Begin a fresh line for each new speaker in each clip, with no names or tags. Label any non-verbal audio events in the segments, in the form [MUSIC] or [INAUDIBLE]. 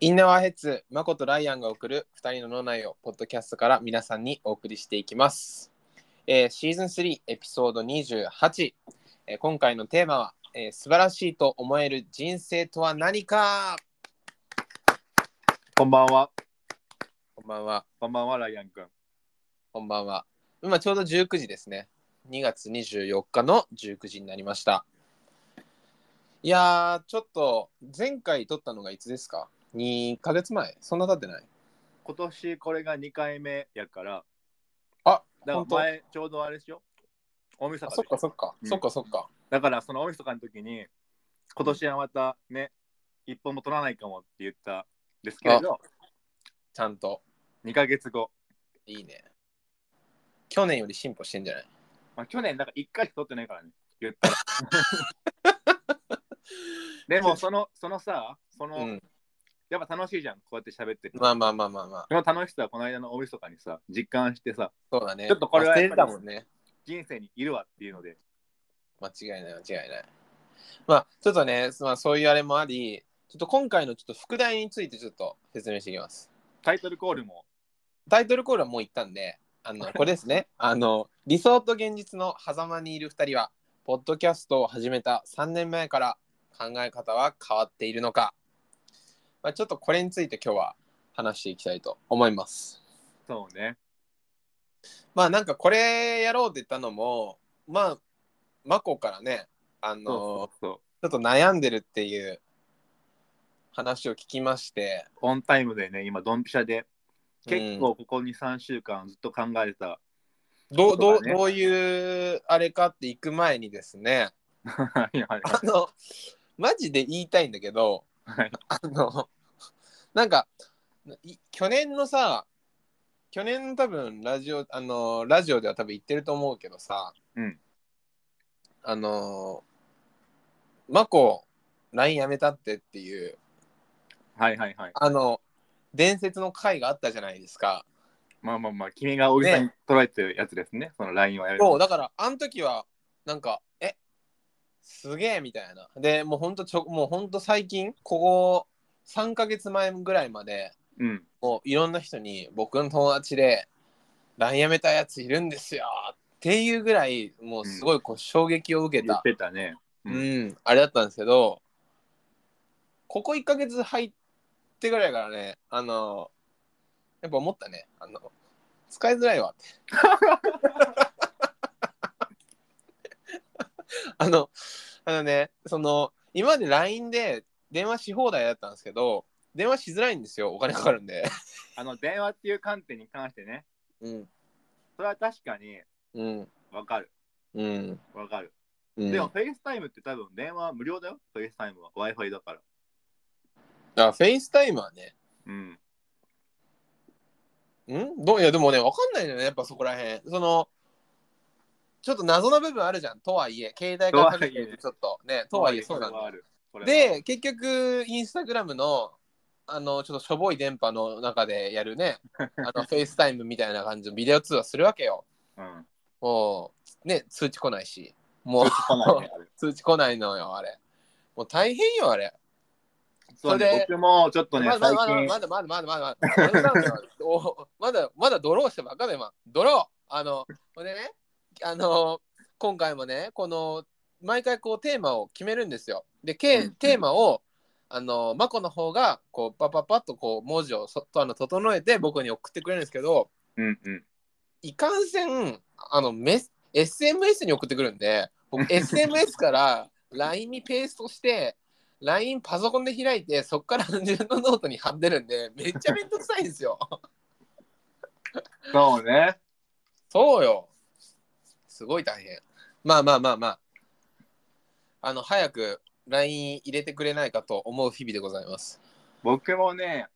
インナワーヘッズ、マコとライアンが送る2人の脳内をポッドキャストから皆さんにお送りしていきます。えーシーズン3エピソード28、えー今回のテーマは、えー素晴らしいと思える人生とは何か
こんばんは。
こんばんは、
こんばんは、ライアン君。
こんばんは。今ちょうど19時ですね。2月24日の19時になりました。いやー、ちょっと前回撮ったのがいつですか ?2 ヶ月前そんな経ってない
今年これが2回目やから、
あ、
だから
本当
前ちょうどあれですよ。大晦
あ
日
そっか
でし
そ
ょ
っか、
うん
そっかそっか。
だからその大晦日の時に、今年はまたね、一本も取らないかもって言ったんですけれど、
ちゃんと。
2ヶ月後、
いいね。去年より進歩してんじゃない
まあ、去年なんか1回しか取ってないからね、言ったら。
[LAUGHS]
でもその、そのさ、その、
うん。
やっぱ楽しいじゃん、こうやって喋ってる。
まあまあまあまあまあ。
その楽しさはこの間の大晦日にさ、実感してさ、
そうだね。
ちょっとこれは
忘
や
れ
ってぱ
た
り
もんね。
人生にいるわっていうので、
間違いない間違いない。まあちょっとね、まあ、そういうあれもあり、ちょっと今回のちょっと副題についてちょっと説明していきます。
タイトルコールも
タイトルコールはもう言ったんで、あ
[LAUGHS]
のこれですね。あの理想と現実の狭間にいる2人は、ポッドキャストを始めた3年前から考え方は変わっているのか。まあ、ちょっとこれについて今日は話していきたいと思います。
そうね。
まあなんかこれやろうって言ったのもまあマコからねあの
そうそうそ
ちょっと悩んでるっていう話を聞きまして
う。オンタイムでね、今、ドンピシャで、結
う
構ここに3週間ずっと考えてた。 [LAUGHS]
んどうど
そううだね
どういうあれかって行く前にですね
はいはい
あのマジで言いたいんだけど
はい。
あのなんかい去年のさ去年の多分ラジオあのラジオでは多分言ってると思うけどさ、
うん
あのマコ LINE やめたってっていう
はいはいはい。
あの伝説の回があったじゃないですか
まあまあまあ、君がおじさんに捉えてるやつですね。その LINE はやる。
そうだからあの時はなんかえすげえみたいなでもうほんとちょもうほんと最近ここ3ヶ月前ぐらいまで
うん。
もういろんな人に僕の友達で LINE やめたやついるんですよっていうぐらいもうすごいこう衝撃を受け
言
た
っ、てたね。
う
うんん
あれだったんですけどここ1ヶ月入ってぐらいからねあのやっぱ思ったねあの使いづら
[LAUGHS]
いわってあのあのねその今まで LINE で電話し放題だったんですけど電話しづらいんですよお金かかるんで
あの、電話っていう観点に関してね、
うん。
それは確かに
うん。
わかる。
うん。
わかる。
うん、
でも、フェイスタイムって多分電話無料だよ。フェイスタイムは Wi-Fi だから。
あ、フェイスタイムはね。
うん。
んどういや、でもね、わかんないのよね、やっぱそこらへん。その、ちょっと謎な部分あるじゃん。とはいえ、携帯からかけてるとちょっとね、とはいえそうなんだ
それはある。それは
で、結局、インスタグラムの、あの、ちょっとしょぼい電波の中でやる [LAUGHS] ね、あの、フェイスタイムみたいな感じのビデオ通話するわけよ。
うん。
もう、ね、通知来ないし。もう、
来ないねあれ
通知来ないのよ、あれ。もう大変よ、あれ。
そ
そ
うね
れで
僕もちょっとね、
まだ
最
まだ
近。
まだまだまだまだまだまだまだおまだまだドローしてばっかだよ今ドローあのほんでねあの今回もねこの毎回こうテーマを決めるんですよで、け
うんうん
テーマをあのマコの方がこうパパパッとこう文字をそっとあの整えて僕に送ってくれるんですけど
うんうん。
いかんせんあのメス SMS に送ってくるんで僕
[LAUGHS]
SMS から LINE にペーストして LINE パソコンで開いてそこから自分のノートに貼ってるんでめっちゃめんどくさいんですよ [LAUGHS]
そうね。
そうよすごい大変まあまあまあまああの早く LINE 入れてくれないかと思う日々でございます、
僕もね、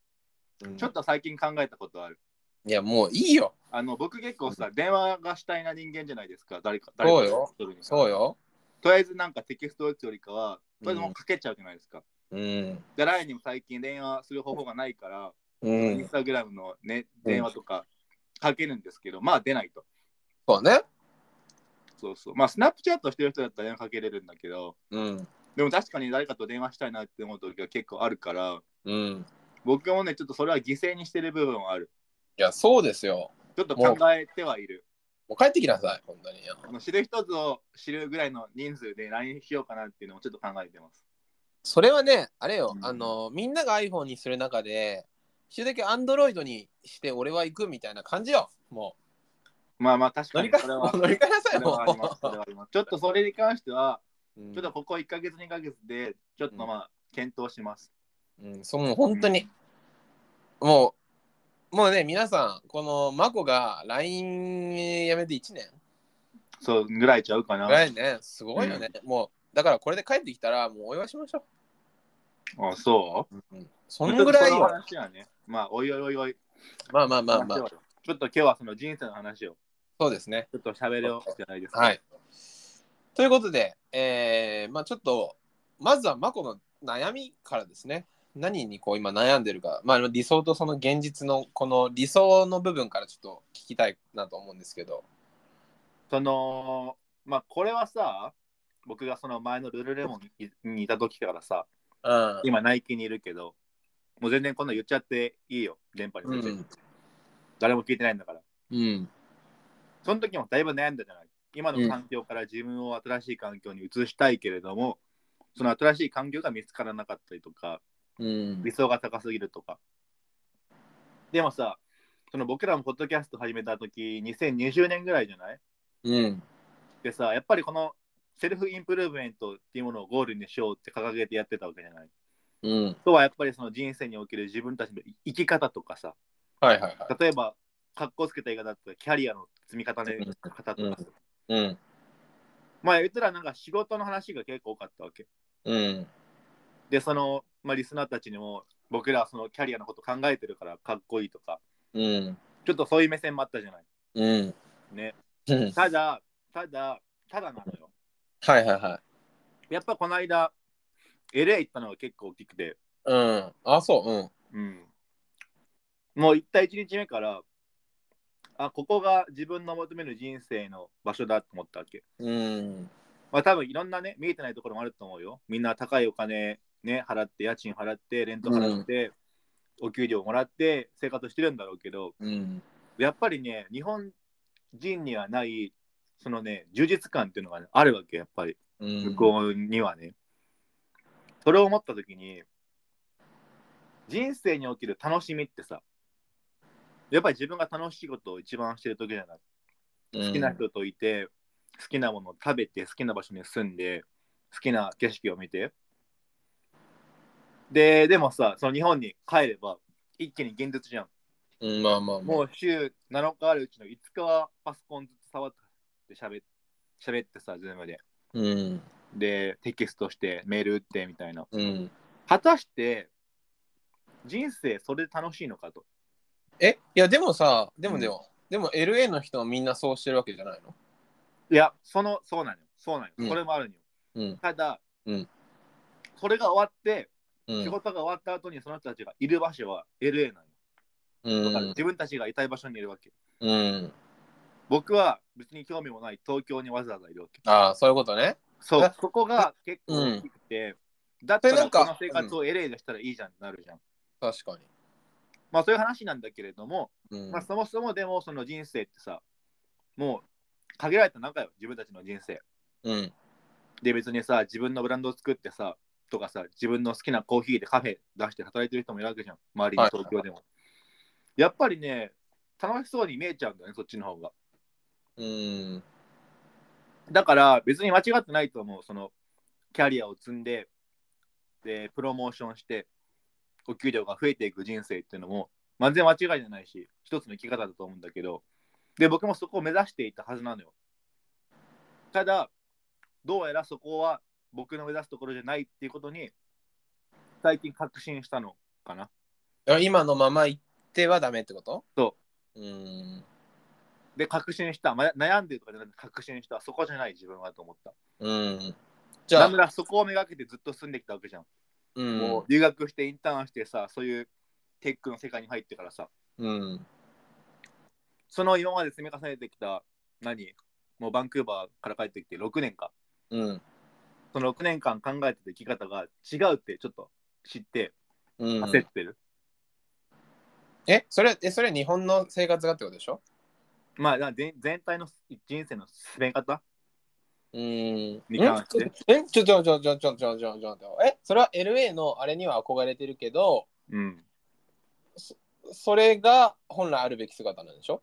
うん
ちょっと最近考えたことある。
いやもういいよ
あの、僕結構さ、電話が主体な人間じゃないですか、誰か。誰か
そうよ
と取るには
そう。よ
とりあえずなんかテキスト打つよりかは、とりあえずもうかけちゃうじゃないですか。
うん
で、LINE にも最近電話する方法がないから、
う
イン
ん
スタグラムのね、
うん
電話とかかけるんですけど、まあ出ないと。
そうね
そうそう。まあ、スナップチャットしてる人だったら電話かけれるんだけど、
うん。
でも確かに誰かと電話したいなって思う時が結構あるから、
うん。
僕もね、ちょっとそれは犠牲にしてる部分はある。
いや、そうですよ。
ちょっと考えてはいる。
もう帰ってきなさい、本当に。
あの知る人ぞ知るぐらいの人数で LINE しようかなっていうのもちょっと考えてます。
それはね、あれよ、
うん
あの、みんなが iPhone にする中で、一人だけ Android にして俺は行くみたいな感じよ。も
まあまあ確
う、乗
か
り
に
か
それ
も
は
う。 [LAUGHS] 乗り換えな
そ
さい
れ
も
はありますそれ
う
はありますちょっとそれに関しては、
うん
ちょっとここ1ヶ月2ヶ月で、ちょっとまあ検討します。
うん、そう、もう本当に、もう、もうね、皆さん、このマコが LINE やめて1年
そう、ぐらいちゃうかな。
ぐらいね、すごいよね。もう、だからこれで帰ってきたら、もうお祝いしましょ。
あ、そう
うん、
う
そんぐらい
[LAUGHS] ちょっとその
よ。
話はね、まあ、おいおいおいおい。
まあまあまあまあ
話、をちょっと今日はその人生の話を、
そうですね。
ちょっと喋ろうじゃないですか。
はい。。ということで、えーまあちょっと、まずはマコの悩みからですね。何にこう今悩んでるか、まあ、理想とその現実のこの理想の部分からちょっと聞きたいなと思うんですけど。
その、まあ、これはさ、僕がその前のルルレモンににいた時からさ、
うん
今ナイキにいるけど、もう全然こんなん言っちゃっていいよ、電波に全然、
うん
誰も聞いてないんだから。
うん。
その時もだいぶ悩んだじゃない。今の環境から自分を新しい環境に移したいけれども、その新しい環境が見つからなかったりとか、
うん
理想が高すぎるとか。でもさ、その僕らもポッドキャスト始めた時、2020年ぐらいじゃない
うん。
でさ、やっぱりこのセルフインプルーブメントっていうものをゴールにしようって掲げてやってたわけじゃない。
うん。
とはやっぱりその人生における自分たちの生き方とかさ、
はいはいはい。
例えば、格好つけた映画だったらキャリアの積み方ね
うん
方とかさ、
うん。
まあ言ったらなんか仕事の話が結構多かったわけ。
うん。
で、その、まあ、リスナーたちにも僕らはそのキャリアのこと考えてるからかっこいいとか、
うん。
ちょっとそういう目線もあったじゃない。
うん。
ね。
うん
ただ、ただ、ただなのよ。
はいはいはい。
やっぱこの間、LA 行ったのが結構大きくて、
うん。あ、そ
うん。もう行った1日目から、あ、ここが自分の求める人生の場所だと思ったわけ。
う。うん。
まあ多分いろんなね、見えてないところもあると思うよ。みんな高いお金ね、払って、家賃払って、レント払って、お給料もらって生活してるんだろうけど、
うん。
やっぱりね、日本人にはない、そのね、充実感っていうのがね、あるわけ、やっぱり、
うん。
向こうにはね。それを思ったときに、人生における楽しみってさ、やっぱり自分が楽しいことを一番してる時じゃない。
うん
好きな人といて、好きなものを食べて、好きな場所に住んで、好きな景色を見て。で、でもさ、その日本に帰れば、一気に現実じゃん。
うん。まあまあまあ。
もう週7日あるうちの5日はパソコンずっと触って喋っ喋ってさ、ズームで。
うん。
で、テキストして、メール打ってみたいな。
うん。
果たして、人生それで楽しいのかと。
え、いやでもさ、でもでも、でも LA の人はみんなそうしてるわけじゃないの
いや、その、そうなのよ。そうなの
うん
よ。それもあるのよ。
うん。
ただ、
うん
それが終わって、
うん
仕事が終わった後にその人たちがいる場所は LA な
う
の。だから
ん。
自分たちがいたい場所にいるわけ。
うん。
僕は別に興味もない東京にわざわざいるわけ。
ああ、そういうことね。
そ
あ
う、そこが結構大きくて、だった
それな
ら
んか
この生活を LA でしたらいいじゃんってなるじゃん。
確か
まあそういう話なんだけれども、
に。うん
まあそもそもでもその人生ってさ、もう限られた中よ、自分たちの人生。
うん。
で別にさ、自分のブランドを作ってさ、とかさ、自分の好きなコーヒーでカフェ出して働いてる人もいるわけじゃん、周りに
はい
東京でも。やっぱりね、楽しそうに見えちゃうんだよね、そっちの方が。
うん。
だから別に間違ってないと思う、そのキャリアを積んで、で、プロモーションして、お給料が増えていく人生っていうのも、全然間違いじゃないし、一つの生き方だと思うんだけど、で、僕もそこを目指していたはずなのよ。ただ、どうやらそこは僕の目指すところじゃないっていうことに、最近確信したのかな。
今のまま行ってはダメってこと。
そう
うん。
で、確信した、ま悩んでるとかじゃなくて確信した、そこじゃない自分はと思った。
うん。じゃ
な
あ
ん、ならそこをめがけてずっと住んできたわけじゃん。
うん。
もう留学してインターンしてさ、そういうテックの世界に入ってからさ、
うん。
その今まで積み重ねてきた何もうバンクーバーから帰ってきて6年か
うん。
その6年間考えてた生き方が違うってちょっと知って
うん、
焦ってる、
え、それ、え、それ日本の生活がってことでしょ
まあだから全全体の人生の進め方
うん。
に関して
んえ、ちょ、ちょ、ちょ、ちょ、ちょ、ちょ、ちょ、ちょ、え、それは LA のあれには憧れてるけど、
うん
それが本来あるべき姿なんでしょ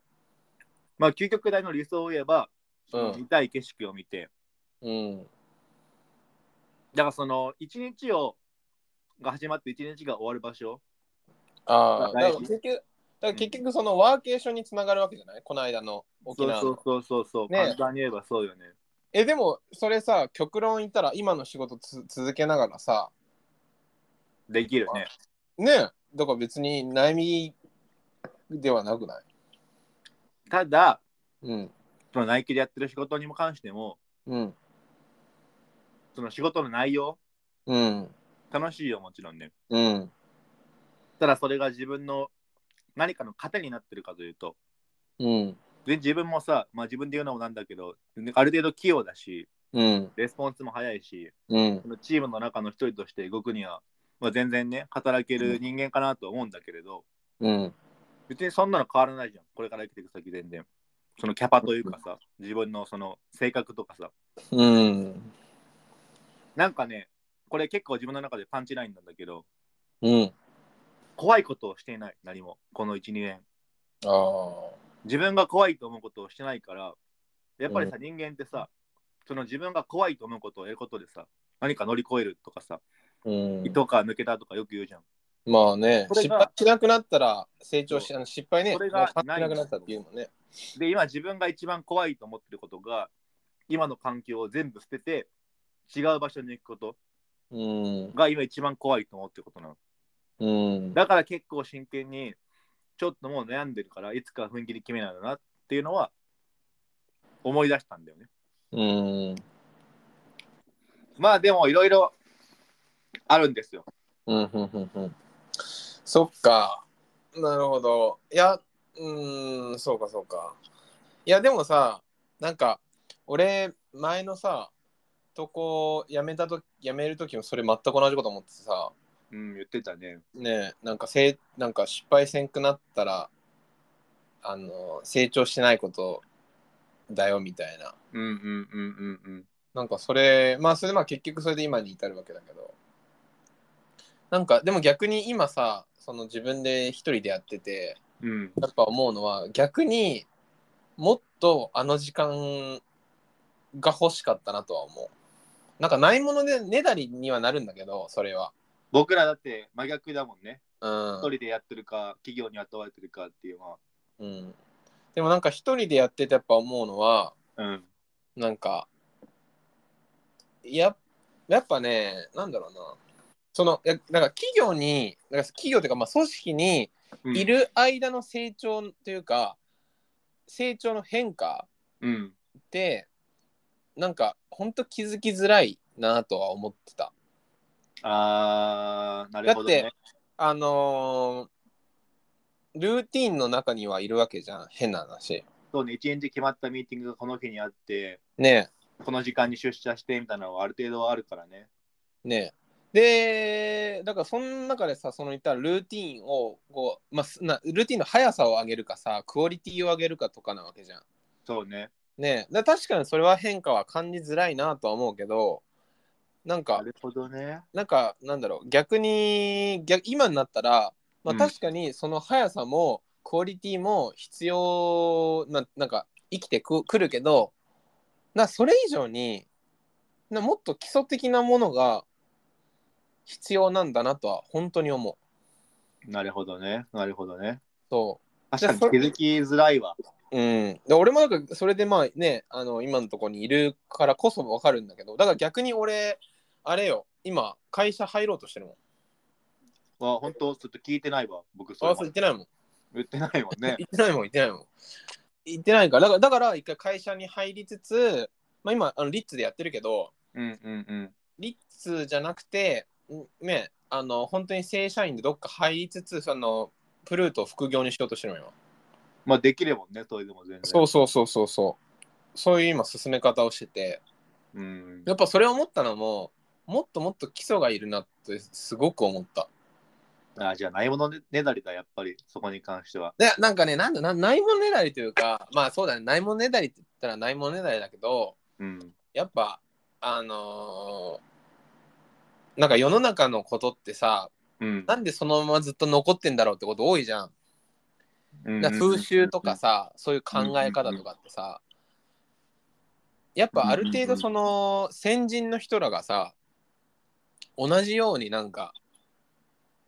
まあ究極大の理想を言えばその
うん
見たい景色を見て、
うん。
だからその一日をが始まって一日が終わる場所
ああ、だか
大
ら
事
結局、だから結局そのワーケーションにつながるわけじゃないこの間の沖縄の。
そうそうそうそうそう、
ね
簡単に言えばそうよね
え、でも、それさ、極論言ったら今の仕事つ続けながらさ、
できるね
ねえ、だから別に悩みではなくない
ただ
うん。
そのナイキでやってる仕事にも関しても
うん。
その仕事の内容
うん。
楽しいよもちろんね
うん。
ただそれが自分の何かの糧になってるかというと
うん。
で自分もさ、まあ、自分で言うのもなんだけどある程度器用だし
うん。
レスポンスも早いし
うん。
そのチームの中の一人として動くには、まあ、全然ね働ける人間かなと思うんだけれど、
うん。
別にそんなの変わらないじゃん。これから生きていく先全然。そのキャパというかさ、自分のその性格とかさ。
うん。
なんかね、これ結構自分の中でパンチラインなんだけど、
うん。
怖いことをしていない、何も。この1、2年。
ああ。
自分が怖いと思うことをしてないから、やっぱりさ、人間ってさ、その自分が怖いと思うことをやることでさ、何か乗り越えるとかさ、
うん。
糸が抜けたとかよく言うじゃん。
まあね、
これ
失
が
敗しなくなったら成長し、あの失敗ね、
これが
もう感じなくなったっていうもんね。
で、今自分が一番怖いと思ってることが、今の環境を全部捨てて、違う場所に行くこと
うん。
が今一番怖いと思ってることなの。
うん。
だから結構真剣に、ちょっともう悩んでるから、いつか踏ん切り決めないとなっていうのは、思い出したんだよね。
うん。
まあでも、いろいろあるんですよ。
うんうんうんうん。そっか。なるほど。いや、うーん、そうかそうか。いや、でもさ、なんか、俺、前のさ、とこ辞めたと辞める時もそれ全く同じこと思ってさ、
うん、言ってたね。
ねえなんかせいなんか失敗せんくなったら、あの、成長してないことだよみたいな。
うんうんうんうんうん。
なんかそれ、まあそれでまあ結局それで今に至るわけだけど。なんかでも逆に今さ、その自分で一人でやってて、
うん、
やっぱ思うのは逆にもっとあの時間が欲しかったなとは思う。なんかないものでねだりにはなるんだけど、それは。
僕らだって真逆だもんね。
うん
一。人でやってるか、企業に雇われてるかっていうのは。
うん、でもなんか一人でやっててやっぱ思うのは、
うん。
なんか、ややっぱね、なんだろうな。その、やなんか企業に、なんか企業というか、まあ、組織にい。る間の成長というか、成長の変化
うん。
って、なんか、ほんと気づきづらいなとは思ってた。
あー、なるほど
だ
ね
っ。あのールーティンの中にはいるわけじゃん、変な話。
そうね、一日決まったミーティングがこの日にあって、
ね
この時間に出社してみたいなのはある程度はあるからね。
え、ねえ。で、だからその中でさ、その言ったらルーティンをこう、まあすな、ルーティンの速さを上げるかさ、クオリティを上げるかとかなわけじゃん。
そうね。
ねえ、だから確かにそれは変化は感じづらいなとは思うけど、なんか
な、るほどね。
なんか、なんだろう、逆に、逆今になったら、まあ、
うん
確かにその速さも、クオリティも必要な、なんか、生きてくくるけど、なそれ以上にな、もっと基礎的なものが必要なんだなとは、本当に思う。
なるほどね。なるほどね。
そ
確かに
じゃあそ
気
れ
づきづらいわ。
う。うん。で俺もなんか、それでまあね、あの、今のところにいるからこそわかるんだけど、だから逆に俺、あれよ、今、会社入ろうとしてるもん。
わ本当ちょっと聞いてないわ。僕そ
あ、
れ
そう言
も
ってないもん。
言ってないもんね。
行ってないもん、行ってないもん。行ってないから、だから、だから一回会社に入りつつ、まあ、今、あのリッツでやってるけど、
うんうんうん。
リッツじゃなくて、んね、あの、本当に正社員でどっか入りつつ、その、プルートを副業にしようとしてるのよ。
まあできればね、それでも全然。
そうそうそうそうそう。そういう今進め方をしてて
うん
やっぱそれを思ったのももっともっと基礎がいるなってすごく思った
あじゃあないものねだりだやっぱりそこに関しては
でなんかねなんだなないもんねだりというかまあそうだねないもんねだりって言ったらないもんねだりだけど
うん
やっぱあのーなんか世の中のことってさ
うん
なんでそのままずっと残ってんだろうってこと多いじゃん。
うん
だから風習とかさそういう考え方とかってさやっぱある程度その先人の人らがさ同じようになんか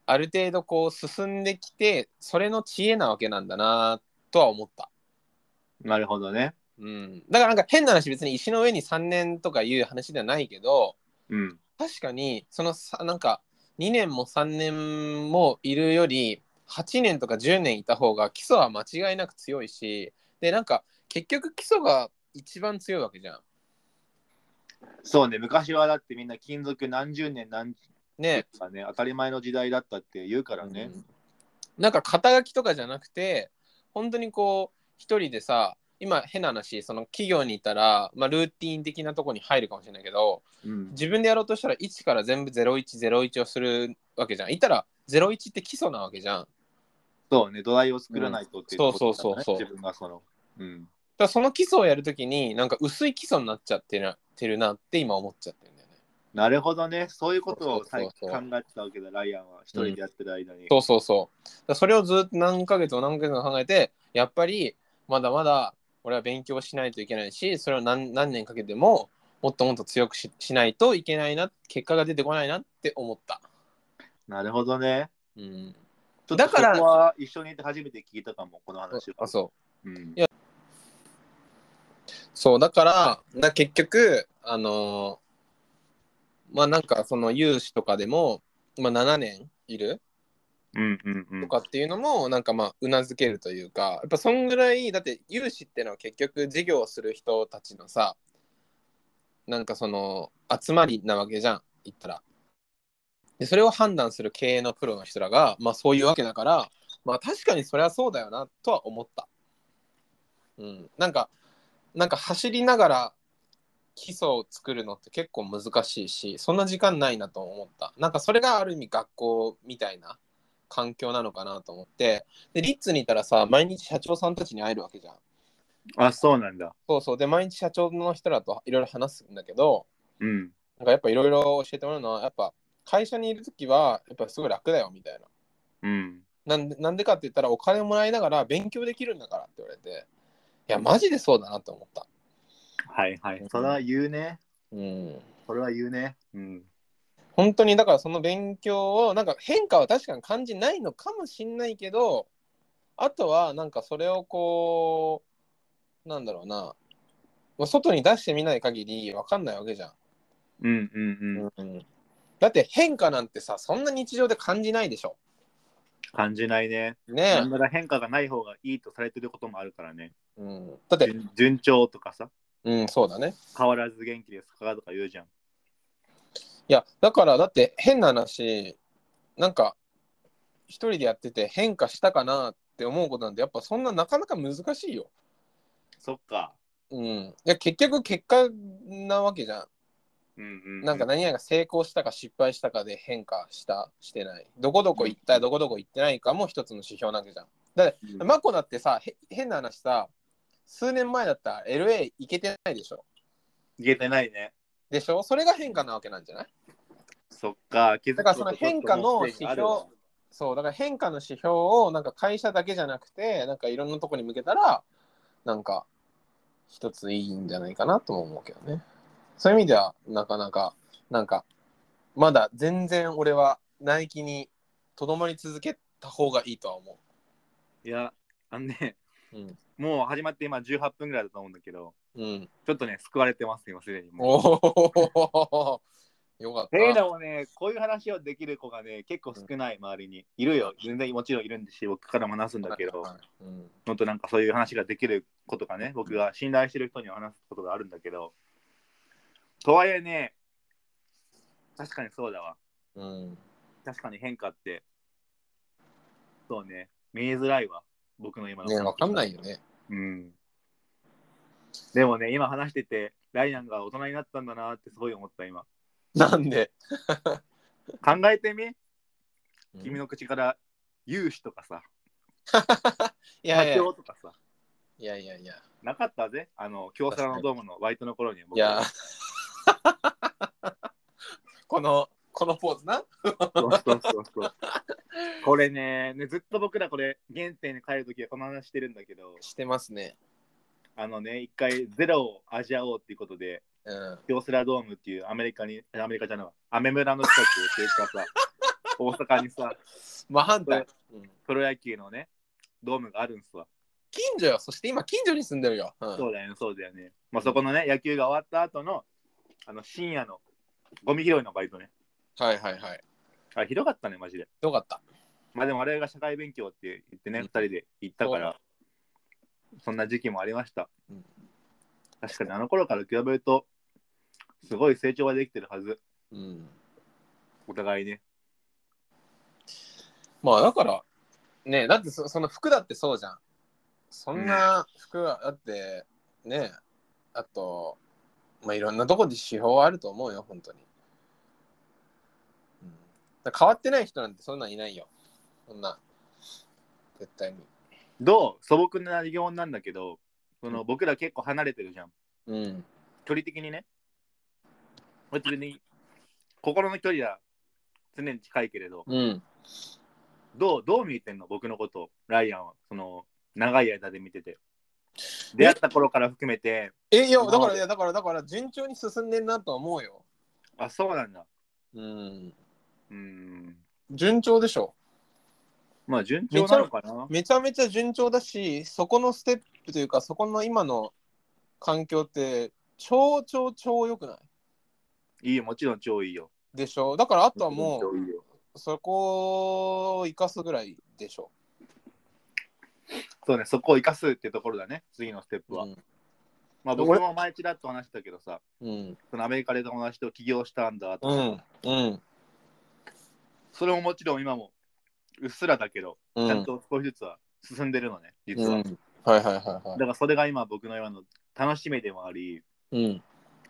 ある程度こう進んできてそれの知恵なわけなんだなとは思った。
なるほどね
うん、だからなんか変な話別に石の上に3年とかいう話ではないけど
うん
確かにそのさなんか2年も3年もいるより8年とか10年いた方が基礎は間違いなく強いしでなんか結局基礎が一番強いわけじゃん。
そうね昔はだってみんな金属何十年何十年
ね。
とかね当たり前の時代だったって言うからね
うんなんか肩書きとかじゃなくて本当にこう一人でさ今変な話その企業にいたら、まあ、ルーティン的なとこに入るかもしれないけど
うん
自分でやろうとしたら1から全部0101をするわけじゃん。いたら01って基礎なわけじゃん。
そうね土台を作らないとっていことだね
そうそうそうそう
自分がそのう
だ
ん
からその基礎をやるときになんか薄い基礎になっちゃってなってるなって今思っちゃってるんだよね。
なるほどねそういうことを最
そうそ
考
う
えてたわけだライアンは一人でやってる間に
そうそうそう。だからそれをずっと何ヶ月も何ヶ月も考えてやっぱりまだまだ俺は勉強しないといけないしそれを何何年かけてももっともっと強くししないといけないな結果が出てこないなって思った。
なるほどね
うん、
ちょっと
だから
そこは一緒にいて初めて聞いたかもこの話
あ
は
そう
うん
そうだからだ結局あのーまあなんかその融資とかでも、まあ、7年いる
うんうんうん
とかっていうのもなんかまあうなずけるというかやっぱそんぐらいだって融資ってのは結局事業をする人たちのさなんかその集まりなわけじゃん言ったらでそれを判断する経営のプロの人らがまあそういうわけだからまあ確かにそりゃそうだよなとは思ったうんなんかなんか走りながら基礎を作るのって結構難しいしそんな時間ないなと思ったなんかそれがある意味学校みたいな環境なのかなと思ってでリッツにいたらさ毎日社長さんたちに会えるわけじゃん
あそうなんだ
そうそうで毎日社長の人らといろいろ話すんだけど
うん
なんかやっぱいろいろ教えてもらうのはやっぱ会社にいる時はやっぱすごい楽だよみたいな
うん
なんでなんでかって言ったらお金もらいながら勉強できるんだからって言われていやマジでそうだなと思った
はいはいそれは言うね
うん
それは言うねうん
本当にだからその勉強をなんか変化は確かに感じないのかもしんないけどあとはなんかそれをこうなんだろうなまあ外に出してみない限り分かんないわけじゃ
うんうん
ん、
うん
うんだって変化なんてさそんな日常で感じないでしょ
感じないね
ね
何なら変化がない方がいいとされてることもあるからね
え、うん、だって
順順調とかさ
うんそうだね
変わらず元気ですかとか言うじゃん
いやだからだって変な話なんか一人でやってて変化したかなって思うことなんてやっぱそんななかなか難しいよ
そっか
うん、いや結局結果なわけじゃ。
うんうんん
なんか何々が成功したか失敗したかで変化した、してない。どこどこ行った、どこどこ行ってないかも一つの指標なわけじゃん。
うん
マコだってさ、へ変な話さ、数年前だったら LA 行けてないでしょ。
いけてないね
でしょそれが変化なわけなんじゃない
そっか気づく
だからその変化の指標
ことと思ってあるわ
そう、だから変化の指標をなんか会社だけじゃなくて、なんかいろんなとこに向けたら、なんか一ついいんじゃないかなとも思うけどね。そういう意味では、なかなか、なんか、まだ全然俺はナイキにとどまり続けた方がいいとは思
いやあのね
う。うん。
もう始まって今18分ぐらいだと思うんだけど
うん。
ちょっとね救われてます今すでにもう
おお [LAUGHS] よかった。
えー、でもね、こういう話をできる子がね、結構少ない周りに。いるよ、全然もちろんいるんですし、僕からも話すんだけど、
はいうん
本当なんかそういう話ができることがね、僕が信頼してる人には話すことがあるんだけど、とはいえね、確かにそうだわ。
うん。
確かに変化って、そうね、見えづらいわ、僕の今の。
ねわかんないよね。
うん。でもね、今話してて、ライアンが大人になったんだなってすごい思った今。
なんで
考えてみ君の口から勇士とかさ、
いやい
発
や
表とかさ、
いやいやいや
なかったぜ。あの、京セラのドームのバイトの頃に
い
僕
や [LAUGHS] このこのポーズな
そうそうそうそう。これねね、ずっと僕らこれ、原点に帰るときはこの話してるんだけど、
してますね
あのね、一回ゼロを味わおうっていうことで、
うん
京セラドームっていうアメリカに、アメリカじゃないわ、アメ村の近くっていう
[LAUGHS]
かさ、大阪にさ、
真反対、うん
プロ野球のね、ドームがあるんすわ。
近所よそして今近所に住んでるよ、うん
そうだよね、そうだよね。まあ、そこのね、野球が終わった後の、あの、深夜の、ゴミ拾いのバイトね。
はいはいはい
あれ、ひどかったね、マジで。
よかった
まあでも、我々が社会勉強って言ってね、
うん
二人で行ったから、そんな時期もありました。
うん
確かに、あの頃から比べると、すごい成長ができてるはず、
うん
お互いね。
まあだからねだってそその服だってそうじゃんそんな服は、だってねあとまあいろんなとこで手法はあると思うよ本当に、うん、だから変わってない人なんてそんなんいないよそんな絶対に
どう素朴な疑問なんだけど、その
うん
僕ら結構離れてるじゃん。
うん
距離的にね。別に、心の距離は常に近いけれど、
うん
どう、どう見えてんの僕のこと、ライアンは。その、長い間で見てて。
え
出会った頃から含めて、
えいや
今
だか
ま
ら
で
いやだからだから順調に進んでんなとは思うよ
あ、そうなんだ。
うん
うーん。
順調でしょ
まあ、順調なのかな
めちゃめちゃ順調だしそこのステップというかそこの今の環境って超超超良くない
いいよ、もちろん超いいよ。
でしょだからあとは
も
も
ちろん超いいよ
うそこを生かすぐらいでしょ、
そうね、そこを生かすってところだね、次のステップは。
うん
まあ、僕も前ちらっと話したけどさ、
うん
そのアメリカで友達と起業したんだと
う
か、
んうん
それももちろん今もうっすらだけど、
うん
ちゃんと少しずつは進んでるのね、実は。
うんはいはいはいは
だからそれが今僕の今の楽しみでもあり、
いうん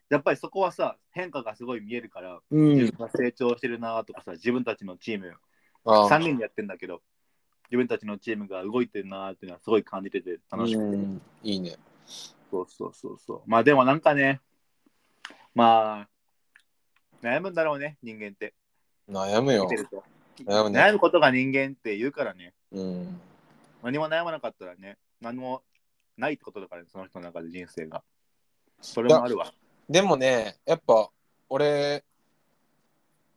やっぱりそこはさ、変化がすごい見えるから、
う
自
ん
分が成長してるなとかさ、自分たちのチーム、
あ
3人でやってんだけど、自分たちのチームが動いてるなっていうのはすごい感じてて楽しくて。
うんいいね
そうそうそうそう。まあでもなんかね、まあ、悩むんだろうね、人間って。
悩むよ
見てると。
悩むね
悩むことが人間って言うからね、
うん
何も悩まなかったらね、何もないってことだからね、その人の中で人生が。それもあるわ。
でもねやっぱ俺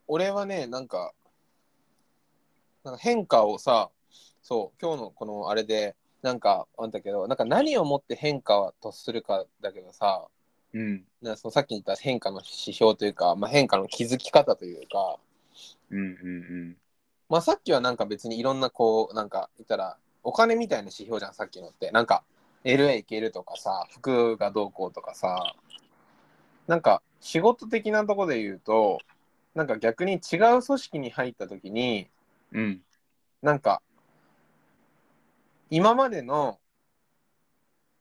俺はねなんかなんか変化をさそう今日のこのあれでなんかあんだけどなんか何をもって変化とするかだけどさ
うん。
なそのさっき言った変化の指標というか、まあ、変化の気づき方というか、
うんうん
まあ、さっきはなんか別にいろんなこうなんか言ったらお金みたいな指標じゃんさっきのってなんか LA 行けるとかさ服がどうこうとかさなんか仕事的なとこで言うとなんか逆に違う組織に入った時に
うん。うん。
なんか今までの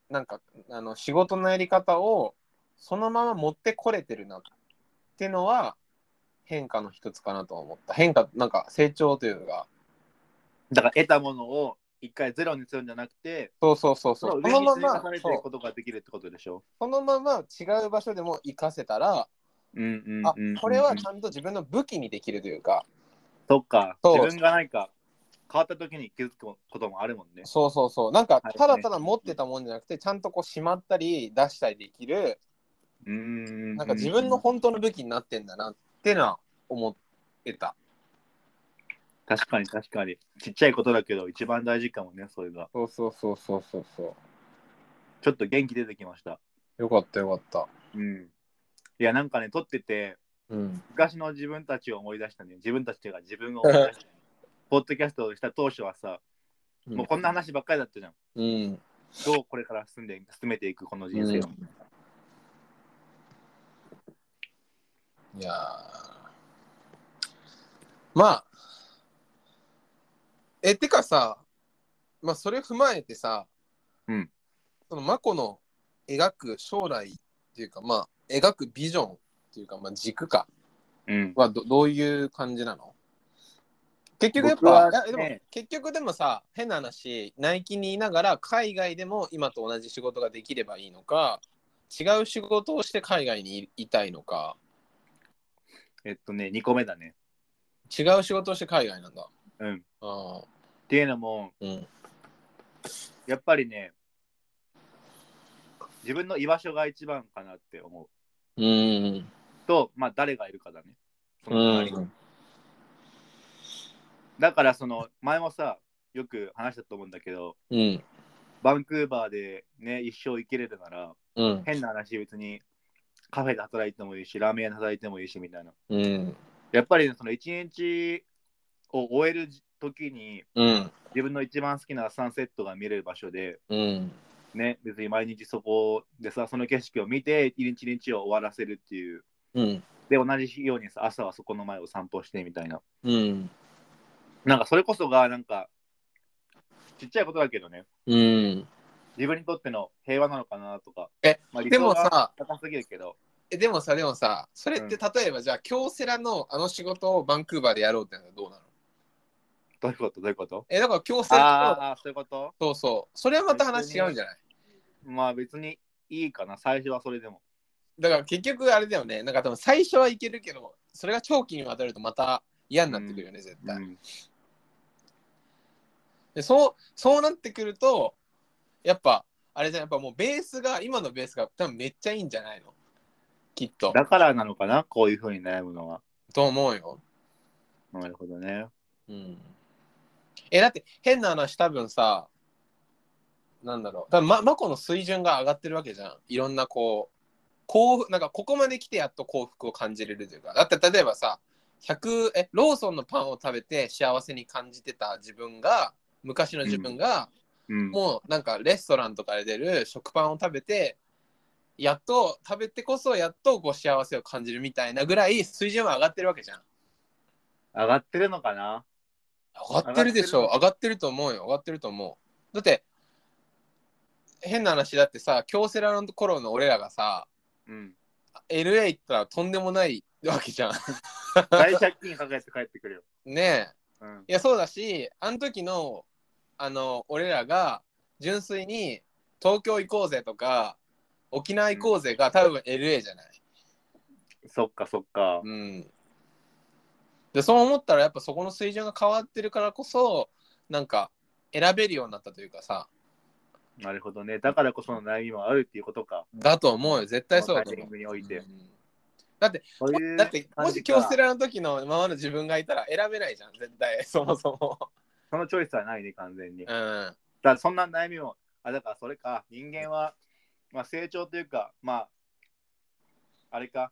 なんかあの仕事のやり方をそのまま持ってこれてるなってのは変化の一つかなと思った変化なんか成長というか
だから得たものを一回ゼロにするんじゃなくて、
そうそうそうそ
その
う
上
そ
に
のま
積み
ま
重ねて
そ
いく
う
ことができるってことでしょ。
そのまま違う場所でも活かせたら
うんうん
あ
うんうん。
これはちゃんと自分の武器にできるというか
そっか、
そう
自分が何か変わった時に気づくこともあるもんね。
そうそうそうなんか
はい
ただただ持ってたもんじゃなくてちゃんとこうしまったり出したりできる
うん
なんか自分の本当の武器になってんだなってのは思ってた。
確かに確かに。ちっちゃいことだけど、一番大事かもね、それが。
そうそうそうそうそうそ
ちょっと元気出てきました。
う。よかったよかった。
うん。いや、なんかね、撮ってて、
うん。
昔の自分たちを思い出したね。自分たちっていうか、自分を思い
[LAUGHS]
出した。ポッドキャストをした当初はさ、もうこんな話ばっかりだったじゃん。
うん。
どうこれから進んで進めていく、この人生を。
いやーまあ。え、てかさ、まあそれ踏まえてさ、
うん
そのマコの描く将来っていうか、まあ、描くビジョンっていうか、まあ、軸か
うん。
はどどういう感じなの結局やっ
僕
ぱ、
はい
やでも
ね
結局でもさ変な話ナイキにいながら海外でも今と同じ仕事ができればいいのか違う仕事をして海外にいいたいのか
えっとね、2個目だね。
違う仕事をして海外なんだ
うん。っ
あ
ていうのも、
ーうん
やっぱりね、自分の居場所が一番かなって思
う
う。
ん
と、まあ、誰がいるかだね。その
う
周りに
ん
だから、その、前もさ、よく話したと思うんだけど、
うん
バンクーバーでね、一生生きれるなら、
うん
変な話、別にカフェで働いてもいいし、ラーメン屋で働いてもいいし、みたいな。
うん
やっぱりね、その一日を終える時に、
うん
自分の一番好きなサンセットが見れる場所で、
うん
ね、別に毎日そこでさ、その景色を見て、一日一日を終わらせるっていう。
うん
で、同じようにさ、朝はそこの前を散歩してみたいな。
うん
なんかそれこそが、なんか、ちっちゃいことだけどね、
うん
自分にとっての平和なのかなとか。
え、
まあ、理
で
想
も
が
さ
高すぎるけど、
えでもさでもさそれって例えば、じゃあ京セラのあの仕事をバンクーバーでやろうってのはどうなの
どういうことどういうこと
えだから京セ
あ
ラ
ーあー、そういうこと
のそうそうそれはまた話違うんじゃない
まあ別にいいかな、最初はそれでも。
だから結局あれだよねなんか多分最初はいけるけどそれが長期にわたるとまた嫌になってくるよね、絶
う
対、
ん、
でそうそうなってくるとやっぱあれじゃんやっぱもうベースが今のベースが多分めっちゃいいんじゃないのきっと
だからなのかな、こういうふうに悩むのは。
と思うよ
なるほどね。
うんえだって変な話多分さなんだろう多分まマコの水準が上がってるわけじゃんいろんなこう幸福なんかここまで来てやっと幸福を感じれるというかだって例えばさ100えローソンのパンを食べて幸せに感じてた自分が昔の自分が、
うん。
もうなんかレストランとかで出る食パンを食べてやっと食べてこそやっとこう幸せを感じるみたいなぐらい水準は上がってるわけじゃん
上がってるのかな
上がってるでしょ上
上
がってると思うよ上がってると思うだって変な話だってさ京セラの頃の俺らがさ
うん。
LA 行ったらとんでもないわけじゃん [LAUGHS]
大借金抱えて帰ってくるよ。
ねえ
うん。
いやそうだしあの時のあの俺らが純粋に東京行こうぜとか沖縄行こうぜが多分 LA じゃない
そっかそっか。
うんでそう思ったらやっぱそこの水準が変わってるからこそなんか選べるようになったというかさ、
なるほどね。だからこその悩みもあるっていうことか。
だと思うよ、絶対そうだと
このタイミ
思
ン
う。
グにおいて。
うんだって、
そういう
だって、も
感
し
じ
京
か
セラの時のままの自分がいたら選べないじゃん、絶対、そもそ
[LAUGHS]
も。
そのチョイスはないね、完全に。
う
だか
ん。
らそんな悩みも、あ、だからそれか、人間は、まあ、成長というか、まあ、あれか、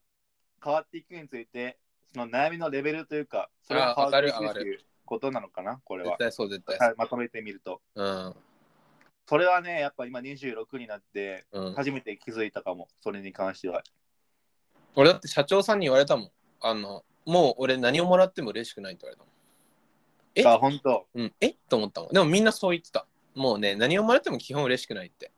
変わっていくについて、その悩みのレベルというか、それが変わってい
あ上がる
くと
上が
いうことなのかな、これは
絶。対そう、絶対
はいまとめてみると。
そう。
それはね、やっぱ今26になって、
うん。うん、
初めて気づいたかも、それに関しては。
俺だって社長さんに言われたもん。あの、もう俺何をもらっても嬉しくないって言われたもえ
あ、本当。
ん。うん、えと思ったもん。でもみんなそう言ってた。もうね、何をもらっても基本嬉しくないって。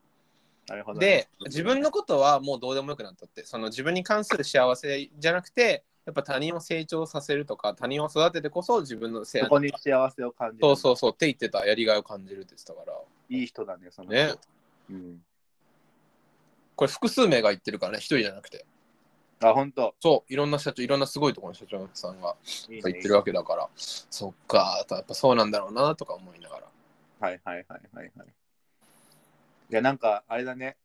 なるほどね、
で、自分のことはもうどうでもよくなったって、その自分に関する幸せじゃなくて、やっぱ他人を成長させるとか、他人を育ててこそ自分のせ
そこに幸せを感じる。
そうそうそうって言ってたやりがいを感じるって言ってたから
いい人だね、その人。
ね
うん、
これ複数名が言ってるからね一人じゃなくて
あ、本当。
そういろんな社長いろんなすごいところの社長さんが
いいね
言ってるわけだからそっかやっぱそうなんだろうなとか思いながら
はいはいはいはいはい。いやなんかあれだね、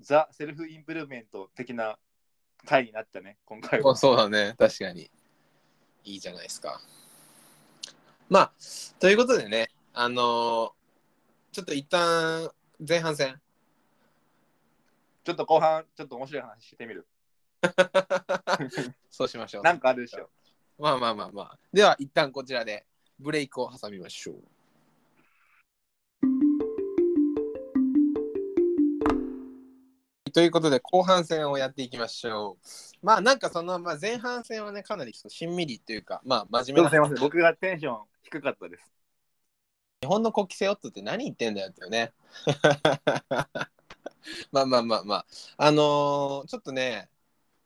ザ・セルフインプルーメント的な回になったね、今回
ま
は
あ。そうだね確かにいいじゃないですかまあということでねあのーちょっと一旦前半戦
ちょっと後半、ちょっと面白い話し
[LAUGHS]
てみる。
そうしましょう
なんかあるでしょ。
まあまあまあまあ。では、一旦こちらでブレイクを挟みましょう。ということで、後半戦をやっていきましょう。まあ、なんかその、まあ、前半戦はね、かなりちょっとしんみりというか、まあ、真
すい
面目
ません、
な。
僕がテンション低かったです。
日本の国旗背負っとって何言ってんだよっていうね。 [LAUGHS] まあまあまあまあ。あのーちょっとね、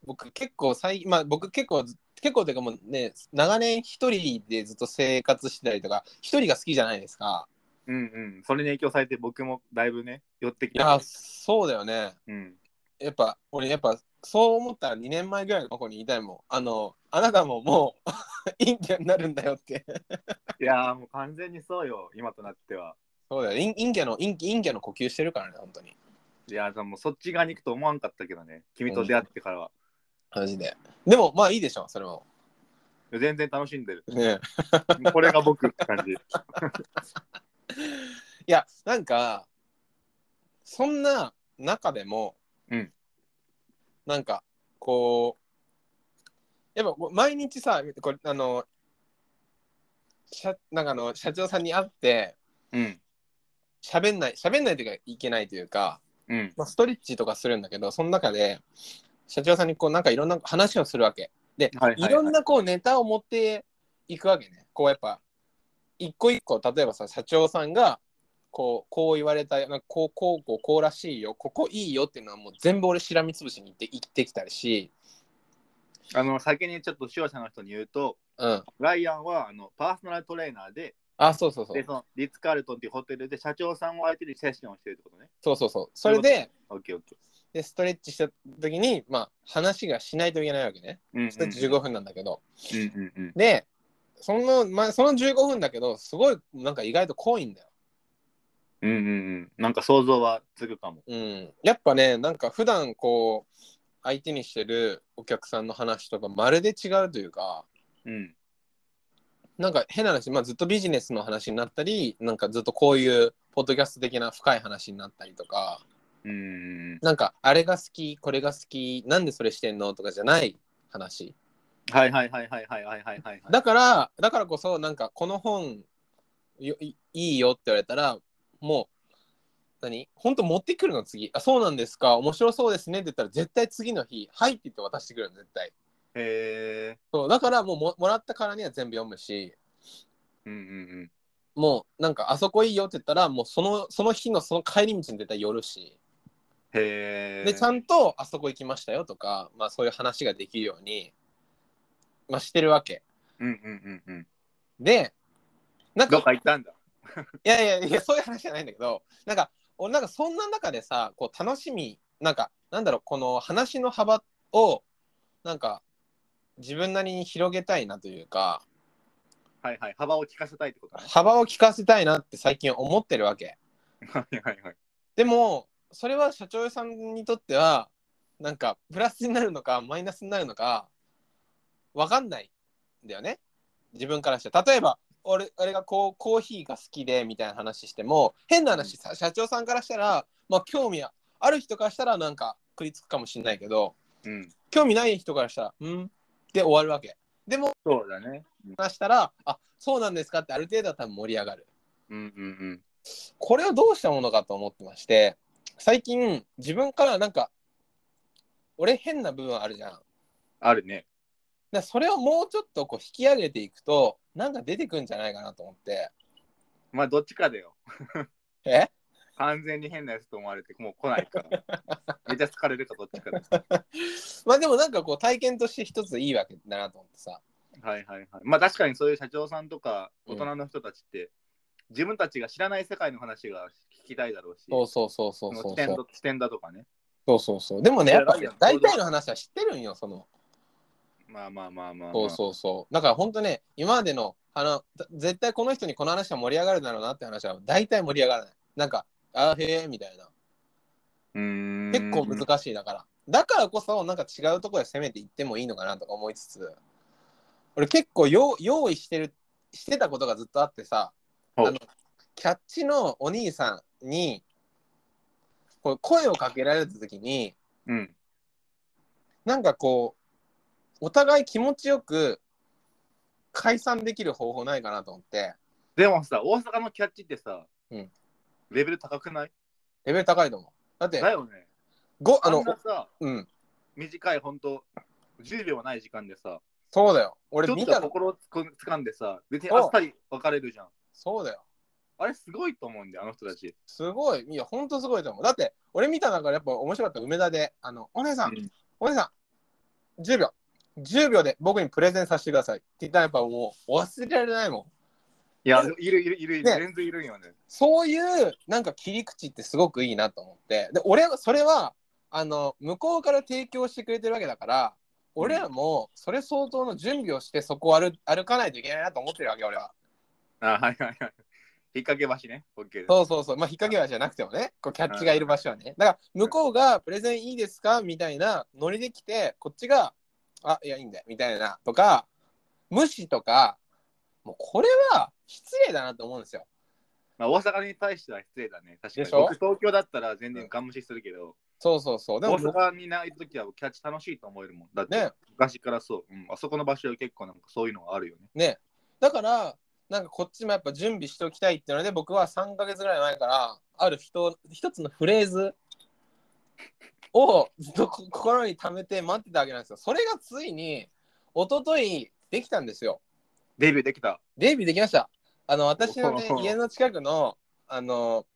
僕結構最、まあ僕結構、結構というかもうね、長年一人でずっと生活してたりとか、一人が好きじゃないですか。
うんうん。それに影響されて僕もだいぶね、寄ってき
いや
た
ー、。そうだよね。
うん。
やっぱ、俺やっぱ、そう思ったら2年前ぐらいの子に言いたいもん。あの、あなたももう、 [LAUGHS] 陰キャになるんだよって。
いやーもう完全にそうよ、今となっては。
そうだよ。陰陰キャの、陰陰キャの呼吸してるからね、本当に。
いやーでもそっち側に行くと思わんかったけどね、君と出会ってからは。
マジで。でも、まあいいでしょ、それも。。
全然楽しんでる
ね
これが僕って感じ。
いやなんかそんな中でも、
うん
なんかこうやっぱこう毎日さこれあの社なんかあの社長さんに会って
うん。
喋んない喋んないというかいけないというか、
うん。
まあ、ストレッチとかするんだけどその中で社長さんにこうなんかいろんな話をするわけで、
はい
い
はいはい
ろんなこうネタを持っていくわけねこうやっぱ一個一個例えばさ社長さんがこうこう言われたなんかこうこうこうこうらしいよここいいよっていうのはもう全部俺しらみつぶしに言って言ってきたりし、
あの、先にちょっと視聴者の人に言うと、
うん、
ライアンはあのパーソナルトレーナーで、
あそうそうそう
で、そのリッツ・カールトンっていうホテルで社長さんを相手にセッションをしてるってことね。
そうそうそうそれで
オッケーオッケ
でストレッチした時に、まあ、話がしないといけないわけね
ー。うん
ストレッチ15分なんだけど、
うんうんうん。
でその,、まあ、その15分だけどすごいなんか意外と濃いんだよ、
うんうんうん。なんか想像はつくかも。
うん、やっぱねなんか普段こう相手にしてるお客さんの話とかまるで違うというか
うん。
なんか変な話、まあ、ずっとビジネスの話になったりなんかずっとこういうポッドキャスト的な深い話になったりとか
うんうんうん。
なんかあれが好きこれが好きなんでそれしてんのとかじゃない話
はいはいはいはいはいはいはいはい。
だからだからこそなんかこの本よいいいよって言われたらもう何本当持ってくるの次あそうなんですか面白そうですねって言ったら絶対次の日「はい」って言って渡してくるの絶対
へえ。
そうだからもうももらったからには全部読むし
うんうん
もうなんかあそこいいよって言ったらもうそのその日のその帰り道に絶対寄るし
うん。へえ。
でちゃんとあそこ行きましたよとか、まあ、そういう話ができるように、まあ、してるわけ
うんうんうんうん。
でなん
ど
か
っか行ったんだ。
いやいやいやそういう話じゃないんだけどなんか俺なんかそんな中でさこう楽しみなんかなんだろうこの話の幅をなんか自分なりに広げたいなというか
はいはい。幅を利かせたいっ
[LAUGHS]
てことね。
幅を利かせたいなって最近思ってるわけ
はいはいはい。
でもそれは社長さんにとってはなんかプラスになるのかマイナスになるのかわかんないんだよね自分からして例えば俺俺がこうコーヒーが好きでみたいな話しても変な話、さ社長さんからしたらまあ興味ある人からしたらなんか食いつくかもしれないけど
うん。
興味ない人からしたら「うん?」で終わるわけ
そうだね。
話したら「あそうなんですか」ってある程度は多分盛り上がる
うんうんうん。
これをどうしたものかと思ってまして最近自分からなんか俺変な部分あるじゃんだか
あるね。
らそれをもうちょっとこう引き上げていくとなんか出てくんじゃないかなと思って
まあどっちかだよ。
え [LAUGHS]
完全に変なやつと思われてもう来ないから。めっちゃ疲れるかどっちかだよ。
まあでもなんかこう体験として一ついいわけだなと思ってさ
はいはいはい。まあ確かにそういう社長さんとか
うん
大人の人たちって、自分たちが知らない世界の話が聞きたいだろうし、
そうそうそうそうそ
その
う
視点
そう
と視点だとかね。
そうそうそうでもねやっぱ
いやいや
大体の話は知ってるんよその
まあまあまあまあ、まあ。
そうそうそうだから本当ね今までのあのだ絶対この人にこの話は盛り上がるだろうなって話は大体盛り上がらないなんかあーへえみたいな
うーん。
結構難しいだから、だからこそなんか違うところで攻めていってもいいのかなとか思いつつ俺結構よう用意してるしてたことがずっとあってさあ
ほう
のキャッチのお兄さんにこう声をかけられた時に
うん。
なんかこうお互い気持ちよく解散できる方法ないかなと思って
でもさ、大阪のキャッチってさ、
うん
レベル高くない
レベル高いと思うだって
だよね。
ごあ
あ
の
んなさ、
うん
短い本当10秒もない時間でさ、
そうだよ
ち
俺
ょっ
見
と
たの
心をつかんでさ、別に
そう
あっさり別れるじゃん。
そうだよ
あれすごいと思うんだよ、あの人たち。
すごい。いや、ほんとすごいと思う。だって、俺見た中でやっぱ面白かった梅田で、あの、お姉さん、
うん
お姉さん、10秒、10秒で僕にプレゼンさせてくださいって言ったらやっぱもう忘れられないもん。
いや、いるいるいるいる、
ね
全然いるんよね。
そういうなんか切り口ってすごくいいなと思って。で、俺は、それは、あの、向こうから提供してくれてるわけだから、俺らもそれ相当の準備をしてそこを歩歩かないといけないなと思ってるわけ、俺は。
あはいはいはい。引っ掛け橋ね。OK です。
そうそうそう。まあ、引っ掛け橋じゃなくてもね、こうキャッチがいる場所はね。だから、向こうがプレゼンいいですかみたいなノリで来て、こっちが、あ、いや、いいんだよ、みたいな、とか、無視とか、もうこれは失礼だなと思うんですよ。
まあ、大阪に対しては失礼だね。確かに。
でしょ
僕、東京だったら全然ガン無視するけど、
そうそうそう。で
大
も、
阪にないときはキャッチ楽しいと思えるもん。だって、
ね、
昔からそう、うん。あそこの場所は結構なんかそういうのがあるよね。
ねだからなんかこっちもやっぱ準備しておきたいっていうので僕は3ヶ月ぐらい前からある人一つのフレーズをずっとこ心に溜めて待ってたわけなんですよそれがついに一昨日できたんですよ
デビューできた。
デビューできましたあの私の、ね
お、お
家の近くのあの、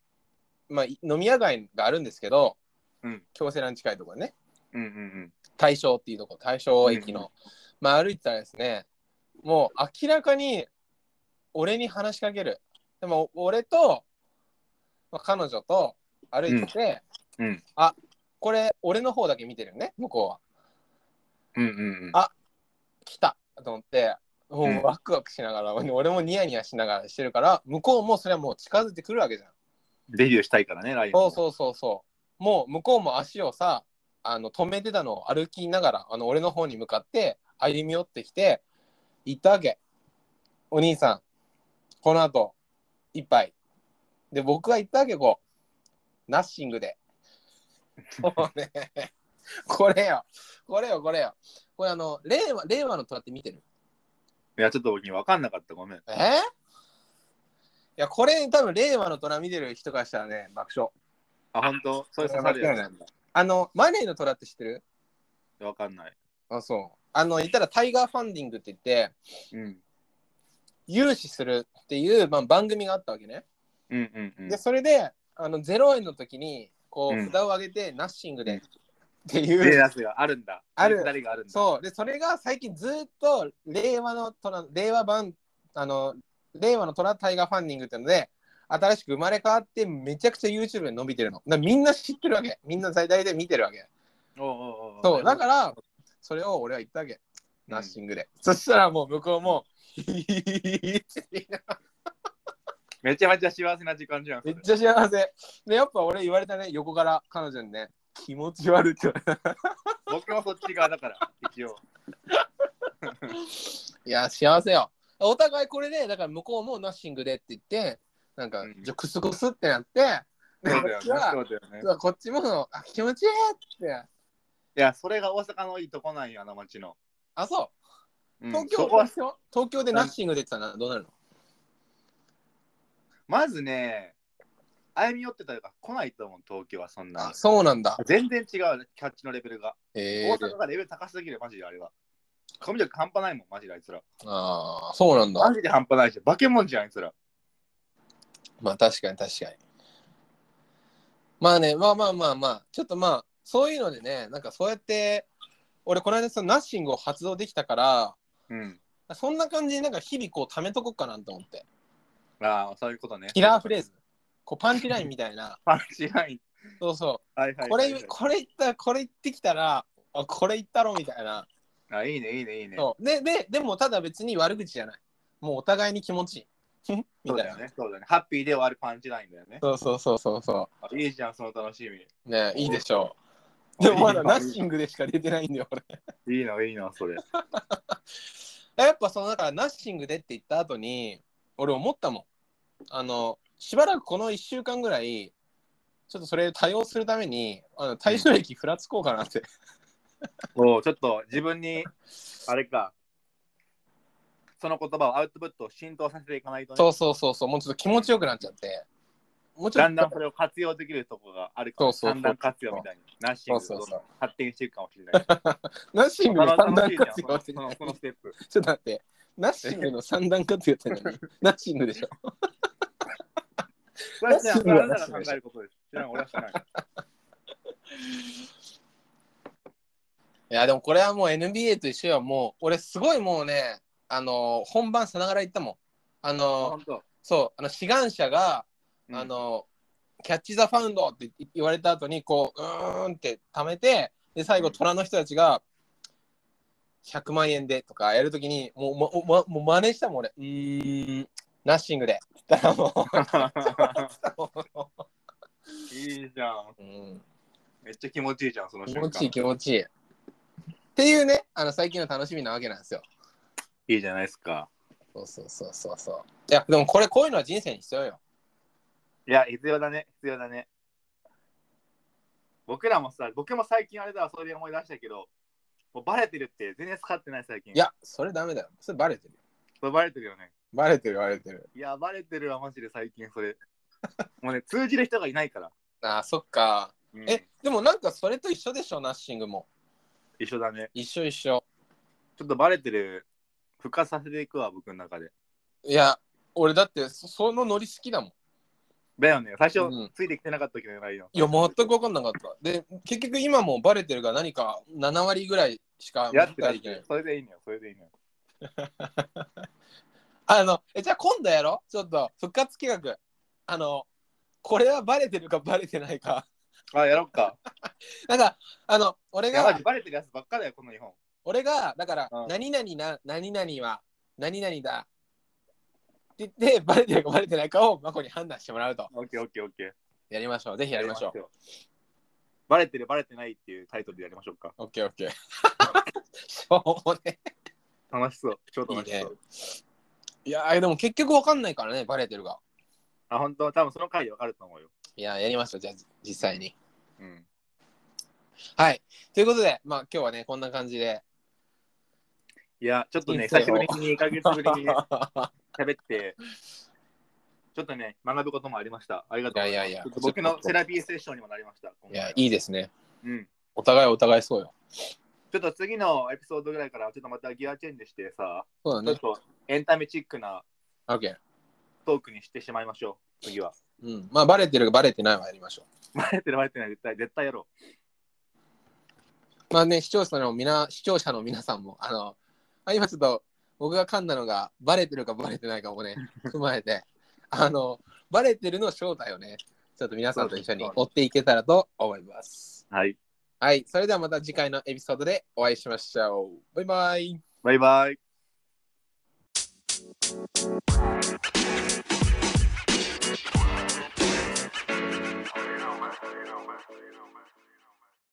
まあ、い飲み屋街があるんですけど、
うん
京セラに近いところね
うんうんうん。
大正っていうとこ大正駅の、
うん
まあ歩いてたらですねもう明らかに俺に話しかけるでもお俺と、まあ、彼女と歩いてて、
うんうん
あこれ俺の方だけ見てるよね向こうは
うんうんうん。
あ来たと思っても
うん
うワクワクしながら、俺もニヤニヤしながらしてるから向こうもそれはもう近づいてくるわけじゃん
デビューしたいからね、ライオン。
そうそうそうそう。もう向こうも足をさ、あの止めてたのを歩きながら、あの俺の方に向かって歩み寄ってきて、行ったわけ。お兄さん、この後、一杯。で、僕は行ったわけ、こう、ナッシングで。もうね、これよ、これよ、これよ。これあの、令和、令和の虎って見てる
いや、ちょっと僕に分かんなかった。ごめん。
えーいや、これ多分令和の虎見てる人からしたらね、爆笑。
あ、本当そういう刺さるやつなんだ。
あの、マネーの虎って知ってる
分かんない。
あ、そう。あの、言ったらタイガーファンディングって言って、
うん。
融資するっていう、まあ、番組があったわけね。
うんうんうん
で、。それで、あの、0円の時に、こ
う
う、
ん
札を上げて、ナッシングでっていう、
デーナスがあるんだ。
ある
誰があるんだ。
そう。で、それが最近ずっと、令和の虎、令和版、あの、令和の虎タイガーファンディングっていうので、新しく生まれ変わって、めちゃくちゃ YouTube で伸びてるの。だからみんな知ってるわけ。みんな最大で見てるわけ。
おうおうお、
そう、だからら、それを俺は言ったわけ。
うん
ナッシングで。そしたらもう向こうも、
めちゃめちゃ幸せな時間じゃん。そ
め
れ
っちゃ幸せ。で、やっぱ俺言われたね、横から彼女にね、気持ち悪いって言われた。
僕もそっち側だから、
[LAUGHS]
一応。
いや、幸せよ。お互いこれで、だから向こうもナッシングでって言って、なんか、
うん
じゃあクスクスってなって、で
そう
こ
だよ
っ
ね。
ちは
そうだよね。
そうこっちもあ気持ちいいって。
いや、それが大阪のいいとこなんよ、あの町の。
あ、そうう。
ん
東
そ
京、
こは
東京東京でナッシングでって言ったらどうなるの
まずね、歩み寄ってたら来ないと思う、東京はそんな
あ、。そうなんだ。
全然違うね、キャッチのレベルが。
え
大
え
阪がレベル高すぎる、マジであれは。コミュ力半端ないもん、マジであいつら。
ああ、そうなんだ
マ。ジで半端ないし、化け物じゃん、あいつら。
まあ確かに確かに。まあね、まあまあまあまあ、ちょっとまあ、そういうのでね、なんかそうやって、俺この間そのナッシングを発動できたから、
うん。
そんな感じでなんか日々こう貯めとこうかなと思って。
ああ、そういうことね。
キラーフレーズ。こうパンチラインみたいな。
パンチライン。
そうそ
はいは
う。
い
こ
はい
れ
はい、、
これ言った、これ言ってきたら、あこれ言ったろみたいな。
あ、いいね、いいね、いいね。
そう。で、で、でもただ別に悪口じゃない。もうお互いに気持ちいい。
そ
み
う
たい
だよ
な。
ね。そうだね。ハッピーで終わるパンチラインだよね。
そうそうそうそうそ
あいいじゃん、その楽しみ。
う。ねいいでしょう。でもまだナッシングでしか出てないんだよ、俺。
いいの、いいの、それ。 [LAUGHS]
やっぱそのだからナッシングでって言った後に俺思ったもんあのしばらくこの1週間ぐらいちょっとそれ対応するためにあの対処歴ふらつこうかなって、
おうちょっと自分に、あれか、その言葉をアウトプットを浸透させていかないと、ね、
そうそうそうそうもうちょっと気持ちよくなっちゃってもうちょっと
だんだんそれを活用できるところがあるかも。
そうそうそう
三段活用みたいに、ナッシング
そうそうそう
と発展していくかもし
[LAUGHS]
れない。
ナッシングの三段活用
楽
っ
していじゃんそのそのそのステップ。 [LAUGHS]
ちょっと待ってナッシングの三段活用って何ナッシングでしょ
それは知らんそれはあなたが考えることです。知らん、俺は知らない。
いや、でもこれはもう NBA と一緒よ。もう、俺すごいもうね、あのー、本番さながら言ったもん。あ
あ
のー、
本当
そう、あの、志願者が、
うん
あのー、キャッチ・ザ・ファウンドって言われた後に、こう、うーんって貯めて、で、最後、虎の人たちが、100万円でとかやるときに、もう、もう、もう、もう真似したもん、俺。うーん、ナッシングで。 [LAUGHS] って言ったらも
いいじゃん。
う、うん、
めっちゃ気持ちいいじゃん、その
気
瞬間。
持ちいい、気持ちいい。っていうね、あの、最近の楽しみなわけなんですよ。
いいじゃないですか。
そうそうそうそうそう。いや、でもこれ、こういうのは人生に必要よ。
いや、必要だね、必要だね。僕らもさ、僕も最近あれだわ、それで思い出したけど、もうバレてるって全然使ってない最近。
い、や、それダメだよ。それバレてるよ。
それバレてるよね。
バレてる、バレてる。
いや、バレてるわ、マジで最近そ
[LAUGHS]
れ。もうね、通じる人がいないから。
ああ、そっか。
うん
え、でもなんかそれと一緒でしょ、ナッシングも。
一緒だね。
一緒一緒。
ちょっとバレてる、付加させていくわ、僕の中で。
いや、俺だってそ、そのノリ好きだもん。
だよね、最初、
うん
ついてきてなかったけどないよ。
いや、全く分かんなかった。で、結局今もバレてるが何か7割ぐらいしか
やって
理解
た
できない
それでいいのよ、それでいいのよ。
あの、え、じゃあ今度やろうちょっと復活企画。あの、これはバレてるかバレてないか。
あ、やろっか。
なんか、あの、俺
やば
が
い、、バレてるやつばっかだよ、この日本。
俺がだから
うん
何々な何々は何々だって言ってバレてるかバレてないかをマコに判断してもらうと
オッケーオッケーオッケー。
やりましょうぜひやりましょう
う。バレてるバレてないっていうタイトルでやりましょうか。
オッケーオッケー [LAUGHS] しょうもね
楽しそう。超
いい
楽しそう。
ねいやーでも結局わかんないからねバレてるが
あ、本当多分その回でわかると思うよ。
いやーやりましょうじゃあ実際に
うん。
はいということでまあ今日はねこんな感じで
いや、ちょっとね、
人
久し
生を
ぶりに2ヶ月ぶり
[LAUGHS]
にね
い
喋って、ちょっとね、学ぶこともありました。ありがとうございます。
いやいやいや
ちょっと僕のセラピーセッションにもなりました。今回は
やいいですね
うん。
お互いお互いそうよ
ちょっと次のエピソードぐらいから、ちょっとまたギアチェンジしてさ、
そう
ち
だ
ょっ
ね
とエンタメチックな
OK
トークにしてしまいましょう。次は。
うんまあバレてるがバレてないはやりましょう
バレてるバレてない、絶対、絶対やろ
まあね、視聴者のみな視聴者の皆さんも、あの、あ今ちょっと僕が噛んだのがバレてるかバレてないかもね、踏まえて、あの、バレてるの正体をね、ちょっと皆さんと一緒に追っていけたらと思います。
う。はい。
はい、それではまた次回のエピソードでお会いしましょう。バイバイ。
バイバイ。